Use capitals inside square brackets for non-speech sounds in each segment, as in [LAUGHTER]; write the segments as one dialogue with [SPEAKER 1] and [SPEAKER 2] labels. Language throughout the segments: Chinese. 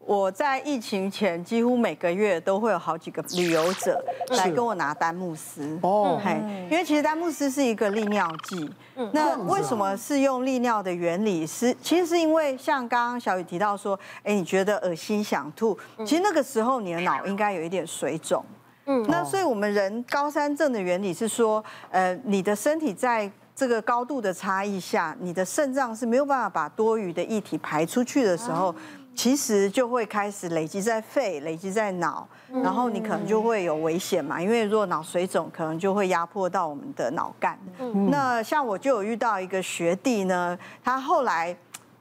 [SPEAKER 1] 我在疫情前几乎每个月都会有好几个旅游者来跟我拿丹木斯
[SPEAKER 2] 哦
[SPEAKER 1] 哦，嘿，因为其实丹木斯是一个利尿剂。那为什么是用利尿的原理？是其实是因为像刚刚小雨提到说，哎，你觉得恶心想吐，其实那个时候你的脑应该有一点水肿。嗯，那所以我们人高山症的原理是说，呃，你的身体在这个高度的差异下，你的肾脏是没有办法把多余的液体排出去的时候，其实就会开始累积在肺，累积在脑，然后你可能就会有危险嘛，因为如果脑水肿，可能就会压迫到我们的脑干。那像我就有遇到一个学弟呢，他后来。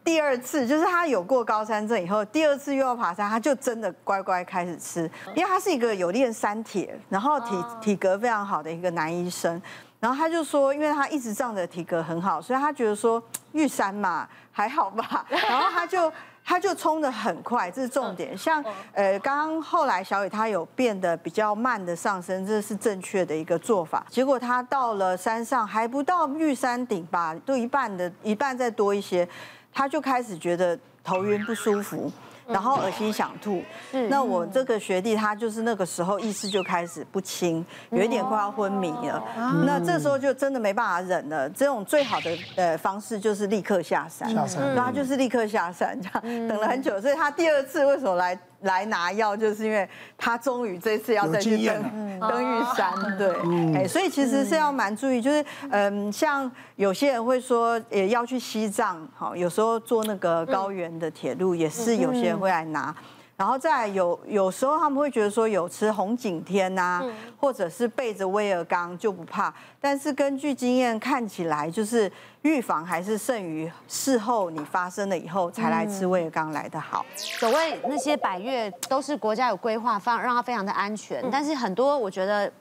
[SPEAKER 1] 第二次就是他有过高山症以后，第二次又要爬山，他就真的乖乖开始吃，因为他是一个有练三铁，然后体体格非常好的一个男医生。然后他就说，因为他一直仗着体格很好，所以他觉得说嗯玉山嘛还好吧，然后他就他就冲得很快，这是重点。像呃，刚刚后来小雨他有变得比较慢的上升，这是正确的一个做法。结果他到了山上还不到玉山顶吧，都一半的一半再多一些，他就开始觉得头晕不舒服。然后恶心想吐，那我这个学弟他就是那个时候意识就开始不清，有一点快要昏迷了。那这时候就真的没办法忍了，这种最好的呃方式就是立刻下山，
[SPEAKER 2] 下
[SPEAKER 3] 嗯
[SPEAKER 2] 山
[SPEAKER 1] 对他就是立刻下山，这样等了很久，所以他第二次为什么来来拿药，就是因为他终于这次要再
[SPEAKER 2] 有
[SPEAKER 1] 去
[SPEAKER 2] 经验了啊嗯
[SPEAKER 1] 登登玉山，对，哎，所以其实是要蛮注意，就是嗯，像有些人会说，也要去西藏，好，有时候坐那个高原的铁路也是有些人会来拿。然后再来有有时候他们会觉得说有吃红景天呐、或者是背着威尔刚就不怕，但是根据经验看起来，就是预防还是胜于事后你发生了以后才来吃威尔刚来的好。
[SPEAKER 4] 所谓那些百越都是国家有规划，放让它非常的安全。但是很多我觉得，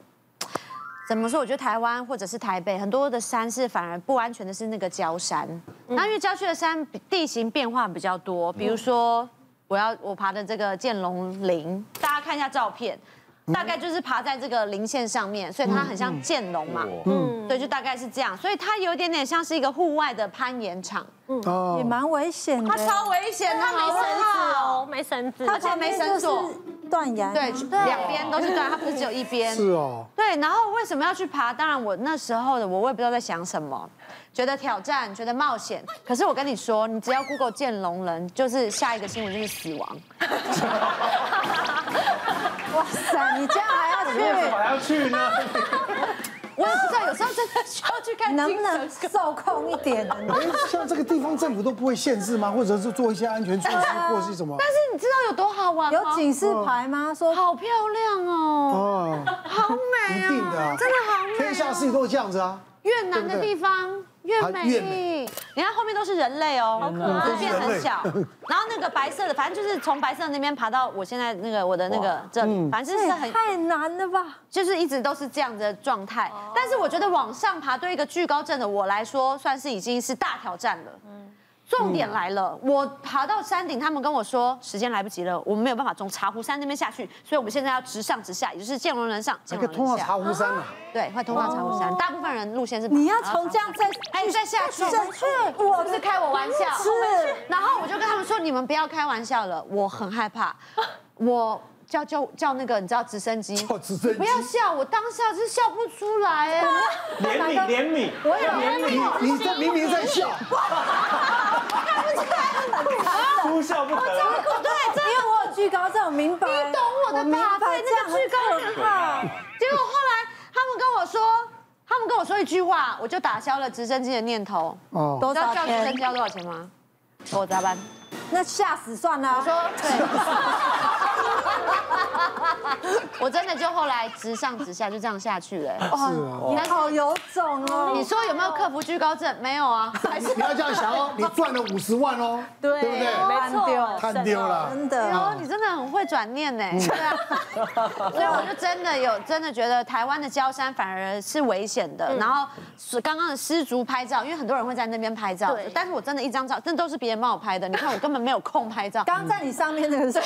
[SPEAKER 4] 怎么说？我觉得台湾或者是台北很多的山是反而不安全的是那个郊山。那因为郊区的山比地形变化比较多，比如说我要我爬的这个剑龙林，大家看一下照片。大概就是爬在这个林线上面，所以它很像剑龙嘛，嗯，对，就大概是这样，所以它有点点像是一个户外的攀岩场，
[SPEAKER 3] 也
[SPEAKER 2] 哦，
[SPEAKER 3] 蛮危险的。
[SPEAKER 4] 它超危险的，
[SPEAKER 5] 它没
[SPEAKER 4] 好不
[SPEAKER 5] 绳子
[SPEAKER 4] 好
[SPEAKER 5] 哦，没绳子，
[SPEAKER 4] 而且没绳索，
[SPEAKER 3] 断崖。
[SPEAKER 4] 嗯对，两边都是断，它不是只有一边。
[SPEAKER 2] 是哦，
[SPEAKER 4] 对，然后为什么要去爬？当然，我那时候的我我也不知道在想什么，觉得挑战，觉得冒险。可是我跟你说，你只要 Google 见龙人，就是下一个新闻就是死亡。
[SPEAKER 3] 哇塞，你这样还要去，
[SPEAKER 2] 还要去呢？
[SPEAKER 4] 我也不知哎道，有时候真的需要去看
[SPEAKER 3] 能
[SPEAKER 4] 精
[SPEAKER 3] 不
[SPEAKER 4] 神
[SPEAKER 3] 能受控一点呢？
[SPEAKER 2] 哎，像这个地方政府都不会限制吗？或者是做一些安全措
[SPEAKER 3] [LAUGHS]
[SPEAKER 2] 施，或是什么？
[SPEAKER 4] 但是你知道有多好玩吗？
[SPEAKER 3] 有警示牌吗？说
[SPEAKER 4] 好漂亮哦，
[SPEAKER 2] 哦，
[SPEAKER 4] 好
[SPEAKER 2] 一
[SPEAKER 4] 美啊，
[SPEAKER 2] 定的啊，
[SPEAKER 4] 真的好美、哦。
[SPEAKER 2] 天下事都是这样子啊。
[SPEAKER 4] 越南的地方越
[SPEAKER 2] 它
[SPEAKER 4] 美
[SPEAKER 2] 越
[SPEAKER 4] 丽，你看后面都是人类哦，好可爱，变很小。然后那个白色的，反正就是从白色的那边爬到我现在那个我的那个这里，反正
[SPEAKER 3] 这
[SPEAKER 4] 是
[SPEAKER 3] 也
[SPEAKER 4] 很
[SPEAKER 3] 太难了吧？
[SPEAKER 4] 就是一直都是这样的状态。但是我觉得往上爬对一个惧高症的我来说，算是已经是大挑战了。重点来了，我爬到山顶，他们跟我说时间来不及了，我们没有办法从茶壶山那边下去，所以我们现在要直上直下，也就是见龙人上，
[SPEAKER 2] 那
[SPEAKER 4] 见
[SPEAKER 2] 个
[SPEAKER 4] 龙
[SPEAKER 2] 通
[SPEAKER 4] 人
[SPEAKER 2] 到
[SPEAKER 4] 下
[SPEAKER 2] 茶。壶山啊，
[SPEAKER 4] 对，会通往茶壶山，大部分人路线是
[SPEAKER 3] 你要从这样再
[SPEAKER 4] 哎再下去，
[SPEAKER 3] 正
[SPEAKER 4] 是
[SPEAKER 3] 确，我
[SPEAKER 4] 不是开我玩笑？
[SPEAKER 3] [LAUGHS] 是。
[SPEAKER 4] 然后我就跟他们说，你们不要开玩笑了，我很害怕，我叫叫叫那个你知道直升机，
[SPEAKER 2] 叫哦直升机
[SPEAKER 4] 不要笑，我当下是笑不出来哎，
[SPEAKER 6] 怜悯怜悯，
[SPEAKER 4] 我也没有。
[SPEAKER 2] 你你这明明在笑，
[SPEAKER 6] 哭笑不得。
[SPEAKER 3] 对，因为我有惧高症，我明白。
[SPEAKER 4] 你懂我的
[SPEAKER 3] 明
[SPEAKER 4] 吧？
[SPEAKER 3] 白
[SPEAKER 4] 对，那个惧高啊很好。结果后来他们跟我说，他们跟我说一句话，我就打消了直升机的念头。
[SPEAKER 2] 哦，
[SPEAKER 4] 你
[SPEAKER 3] 多
[SPEAKER 4] 知道
[SPEAKER 3] 少
[SPEAKER 4] 叫直升
[SPEAKER 3] 钱
[SPEAKER 4] 机？要多少钱吗？我加班。
[SPEAKER 3] 那吓死算了。
[SPEAKER 4] 我
[SPEAKER 2] 啊
[SPEAKER 4] 说对，我真的就后来直上直下就这样下去了。
[SPEAKER 2] 是
[SPEAKER 4] 哦，
[SPEAKER 2] 哦。
[SPEAKER 3] 你好有种哦！
[SPEAKER 4] 你说有没有克服居高症？没有啊，还是
[SPEAKER 2] 你要这样想哦，你赚了五十万
[SPEAKER 3] [LAUGHS]
[SPEAKER 2] 哦，
[SPEAKER 5] 对
[SPEAKER 2] 对不对？
[SPEAKER 5] 没错，
[SPEAKER 2] 太丢了。
[SPEAKER 3] 真
[SPEAKER 4] 哦，
[SPEAKER 3] 的，
[SPEAKER 4] 你真的很会转念呢。对啊，所以我就真的有真的觉得台湾的郊山反而是危险的。然后是刚刚的失足拍照，因为很多人会在那边拍照
[SPEAKER 5] 对，
[SPEAKER 4] 但是我真的一张照，那都是别人 [LAUGHS] 帮我拍的。你看我根本没有空拍照，
[SPEAKER 3] 刚在你上面那个是谁？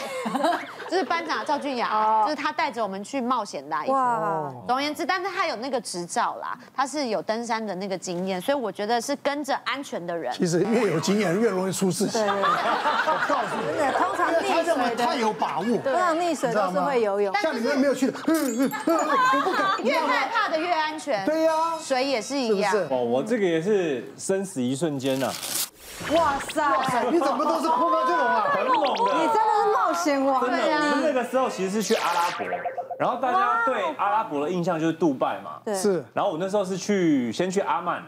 [SPEAKER 4] 就是班长赵俊雅，
[SPEAKER 3] 哦
[SPEAKER 4] 就是他带着我们去冒险啦。
[SPEAKER 3] 哇，
[SPEAKER 4] 总而言之，但是他有那个执照啦，他是有登山的那个经验，所以我觉得是跟着安全的人。
[SPEAKER 2] 其实越有经验越容易出事情。 [LAUGHS] 我告诉
[SPEAKER 3] 真的，通常
[SPEAKER 2] 你，因为他
[SPEAKER 3] 溺
[SPEAKER 2] 认为
[SPEAKER 3] 水
[SPEAKER 2] 太
[SPEAKER 3] 的，
[SPEAKER 2] 有把握，
[SPEAKER 3] [LAUGHS] 通常溺水都是会游泳。
[SPEAKER 2] 像你们没有去的，嗯嗯嗯，我不敢，
[SPEAKER 4] 越害怕的越安全，
[SPEAKER 2] 对呀，
[SPEAKER 4] 水也是
[SPEAKER 2] 是
[SPEAKER 4] 一
[SPEAKER 2] 不
[SPEAKER 4] 样。
[SPEAKER 2] 是？
[SPEAKER 6] 哦，我这个也是生死一瞬间呐，
[SPEAKER 3] 哇塞，
[SPEAKER 2] 哎你怎么都是碰到这种啊？
[SPEAKER 6] 很猛
[SPEAKER 3] 你真
[SPEAKER 6] 的。
[SPEAKER 3] 的是冒险王
[SPEAKER 6] 真的，
[SPEAKER 3] 哎！
[SPEAKER 6] 我们那个时候其实是去阿拉伯，然后大
[SPEAKER 3] 哦
[SPEAKER 6] 家对阿拉伯的印象就是杜拜嘛。
[SPEAKER 3] 对
[SPEAKER 2] 是啊
[SPEAKER 6] 然后我那时候是去先去阿曼，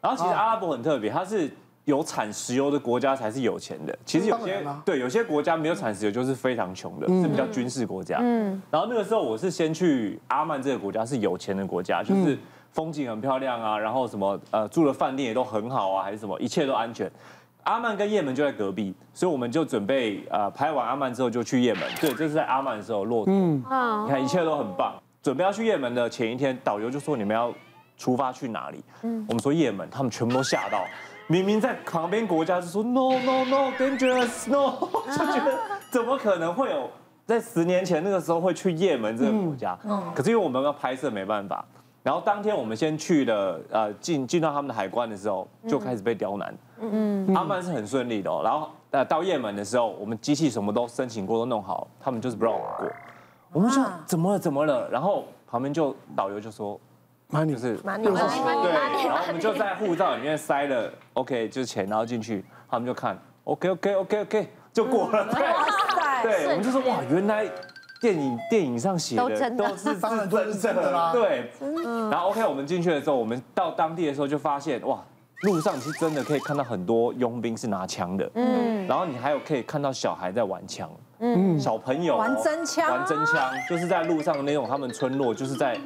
[SPEAKER 6] 然后其实阿拉伯很特别，它是有产石油的国家才是有钱的。其实有
[SPEAKER 2] 嗯当然啊嗯
[SPEAKER 6] 些
[SPEAKER 2] 啦
[SPEAKER 6] 对有些国家没有产石油就是非常穷的，是比较军事国家。嗯，然后那个时候我是先去阿曼这个国家
[SPEAKER 2] 嗯
[SPEAKER 6] 是有钱的国家，就是风景很漂亮啊，然后什么呃住的饭店也都很好啊，还是什么一切都安全。阿曼跟也门就在隔壁，所以我们就准备呃拍完阿曼之后就去也门。对，这是在阿曼的时候落嗯，你看一切都很棒。准备要去也门的前一天，导游就说你们要出发去哪里？我们说也门，他们全部都吓到。明明在旁边国家就说 no no no dangerous no，就觉得怎么可能会有在十年前那个时候会去也门这个国家？可是因为我们要拍摄没办法，然后当天我们先去了呃进进到他们的海关的时候就开始被刁难。
[SPEAKER 4] 嗯
[SPEAKER 6] 阿曼是很顺利的、哦，然后呃到也门的时候，我们机器什么都申请过都弄好，他们就是不让我们过。我们就
[SPEAKER 4] 啊
[SPEAKER 6] 想怎么了怎么了，然后旁边就导游就说，
[SPEAKER 2] 蛮
[SPEAKER 6] 就
[SPEAKER 2] 牛，
[SPEAKER 6] 是
[SPEAKER 2] 蛮牛，
[SPEAKER 6] 对，然后我们就在护照里面塞了 OK 就是钱，然后进去，他们就看 OK OK OK OK 就过了，
[SPEAKER 4] 嗯
[SPEAKER 6] 对，对，我们就说哇，原来电影电影上写
[SPEAKER 4] 都
[SPEAKER 6] 的
[SPEAKER 4] 真的
[SPEAKER 6] 都是
[SPEAKER 2] 当然都是真的啦
[SPEAKER 6] [LAUGHS] 对，然后 OK 我们进去的时候，我们到当地的时候就发现哇。路上是真的可以看到很多佣兵是拿枪的，嗯，然后你还有可以看到小孩在玩枪，嗯，小朋友哦
[SPEAKER 3] 玩真枪
[SPEAKER 6] 玩真枪，就是在路上那种他们村落，就是在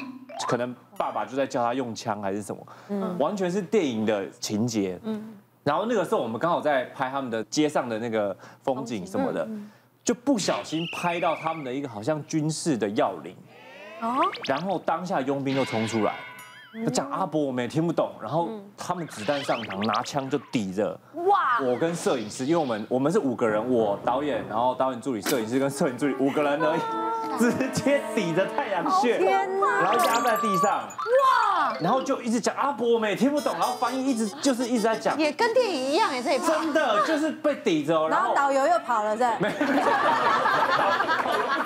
[SPEAKER 6] 可能爸爸就在教他用枪还是什么，嗯，完全是电影的情节，嗯，然后那个时候我们刚好在拍他们的街上的那个风景嗯什么的，就不小心拍到他们的一个好像军事的要领，然后当下佣兵就冲出来，他讲阿伯我们也听不懂，然后他们子弹上膛，拿枪就抵着。
[SPEAKER 4] 哇，
[SPEAKER 6] 我跟摄影师，因为我们我们是五个人，我导演，然后导演助理、摄影师跟摄影助理五个人而已，直接抵着太阳穴，然后压在地上，哇，然后就一直讲阿伯我们也听不懂，然后翻译一直就是一直在讲，
[SPEAKER 4] 也跟电影一样，也可以拍。
[SPEAKER 6] 真的就是被抵着哦，
[SPEAKER 3] 然后导游又跑了，在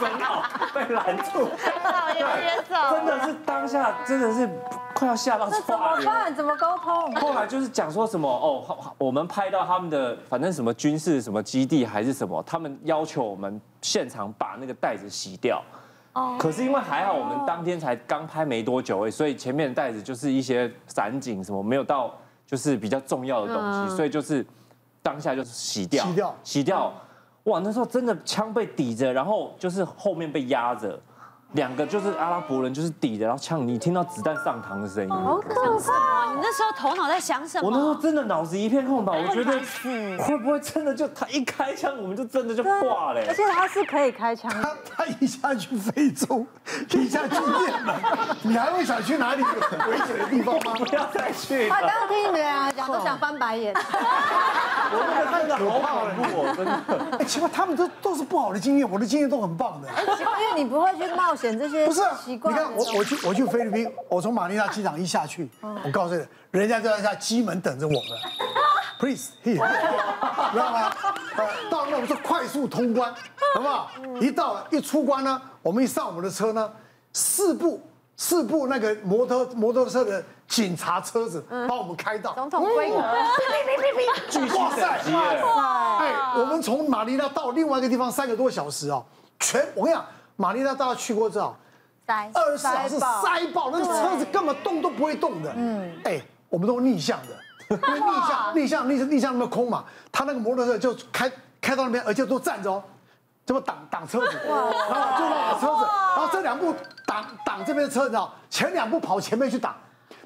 [SPEAKER 6] 整好 [LAUGHS] 被拦住，
[SPEAKER 4] 导游也走
[SPEAKER 6] 真的是当下真的是快要吓到
[SPEAKER 3] 那怎
[SPEAKER 6] 抓
[SPEAKER 3] 么
[SPEAKER 6] 人。
[SPEAKER 3] 办？怎么沟通？
[SPEAKER 6] 后来就是讲说什么哦，我们拍到他们的反正什么军事什么基地还是什么，他们要求我们现场把那个袋子洗掉。可是因为还好我们当天才刚拍没多久哎，所以前面的袋子就是一些散景什么，没有到就是比较重要的东西，所以就是当下就是洗掉，
[SPEAKER 2] 洗掉
[SPEAKER 6] 洗掉。哇，那时候真的枪被抵着，然后就是后面被压着。两个就是阿拉伯人，就是抵着，然后枪，你听到子弹上膛的声音，
[SPEAKER 4] 想什么？你那时候头脑在想什
[SPEAKER 6] 我那时候
[SPEAKER 4] 么？
[SPEAKER 6] 真的脑子一片空白，我觉得
[SPEAKER 4] 白痴
[SPEAKER 6] 会不会真的就他一开枪，我们就真的就挂了欸？
[SPEAKER 3] 而且他是可以开枪的，
[SPEAKER 2] 他他一下去非洲，一下去越 [LAUGHS] 南，你还会想去哪里危险的地方吗？
[SPEAKER 6] 不要再去
[SPEAKER 3] 他
[SPEAKER 6] 了，
[SPEAKER 3] 刚刚听你们俩讲，都想翻白眼。
[SPEAKER 6] 我那个真的好恐怖哦，真的。
[SPEAKER 2] 哎，奇怪，他们都都是不好的经验，我的经验都很棒的。
[SPEAKER 3] 因为你不会去冒险这些
[SPEAKER 2] 不是啊，
[SPEAKER 3] 奇
[SPEAKER 2] 你
[SPEAKER 3] 怪的
[SPEAKER 2] 看
[SPEAKER 3] 东西。
[SPEAKER 2] 我我去我去菲律宾，我从马尼拉机场一下去，
[SPEAKER 4] 嗯
[SPEAKER 2] 我告诉你，人家就在在机门等着我
[SPEAKER 4] [LAUGHS]
[SPEAKER 2] 们，please here，知道吗？呃到那我们是快速通关，好不好？
[SPEAKER 4] 嗯
[SPEAKER 2] 一到一出关呢，我们一上我们的车呢，四部四部那个摩托摩托车的警察车子帮我们开道，
[SPEAKER 4] 嗯总统规格，
[SPEAKER 2] 哇塞！
[SPEAKER 6] 急耶
[SPEAKER 2] 哎，我们从马尼拉到另外一个地方三个多小时哦，全我跟你讲，马尼拉大家去过之后，
[SPEAKER 4] 塞
[SPEAKER 2] 二十四小时塞爆，那个车子根本动都不会动的。嗯，哎，我们都逆向的，因为逆向逆向逆向逆向那么空嘛，他那个摩托车就开开到那边，而且都站着哦，这么挡挡车子，然后就那个车子，然后这两步挡挡这边的车子哦，前两步跑前面去挡，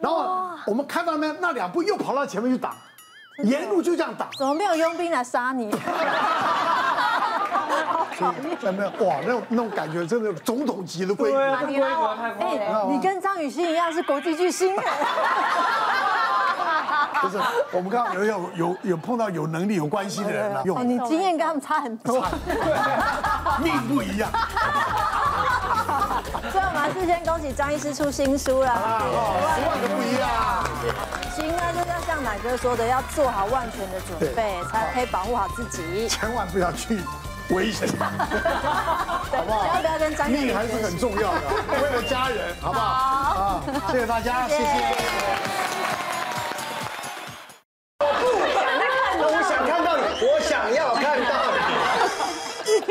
[SPEAKER 2] 然后我们开到那边那两步又跑到前面去挡，沿路就这样挡。
[SPEAKER 3] 怎么没有佣兵来杀你？
[SPEAKER 2] 有没有哇，那种那种感觉真的有总统级的规
[SPEAKER 6] 对
[SPEAKER 2] 格。
[SPEAKER 6] 啊，这规格太夸张了。
[SPEAKER 2] 哦
[SPEAKER 3] 哎，你跟张雨欣一样是国际
[SPEAKER 2] [LAUGHS]
[SPEAKER 3] 巨星，
[SPEAKER 2] 不是，我们刚刚有有有有碰到有能力有关系的人啊了，
[SPEAKER 3] 哦，
[SPEAKER 2] 用 [LAUGHS]
[SPEAKER 3] 你经验跟他们差很多。
[SPEAKER 2] 命不一样。
[SPEAKER 3] 所以我们还是啊先恭喜张医师出新书了，
[SPEAKER 7] 啊哦
[SPEAKER 2] 十万个不一样。
[SPEAKER 3] 行，那就是要像奶哥说的，要做好万全的准备，才可以保护好自己。
[SPEAKER 2] 千万不要去危 [LAUGHS] 险，
[SPEAKER 3] 对，
[SPEAKER 2] 不好
[SPEAKER 3] 千万不要跟张医
[SPEAKER 2] 命
[SPEAKER 3] 师
[SPEAKER 2] 还是很重 [LAUGHS] 要的，为了家人，好不好？啊，谢谢大家，谢谢。
[SPEAKER 5] 我想看到你，我想要看到你。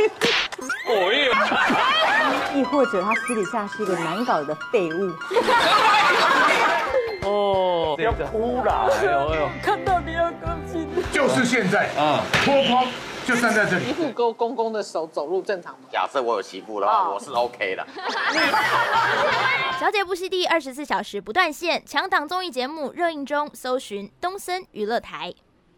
[SPEAKER 7] 亦或者他私底下是一个难搞的废物。
[SPEAKER 8] 就是现在啊，脱光就站在这里。
[SPEAKER 9] 媳妇勾公公的手走路正常吗？
[SPEAKER 5] 假设我有媳妇的话，我是 OK 的。
[SPEAKER 10] 小姐不息地二十四小时不断线，强档综艺节目热映中，搜寻东森娱乐台。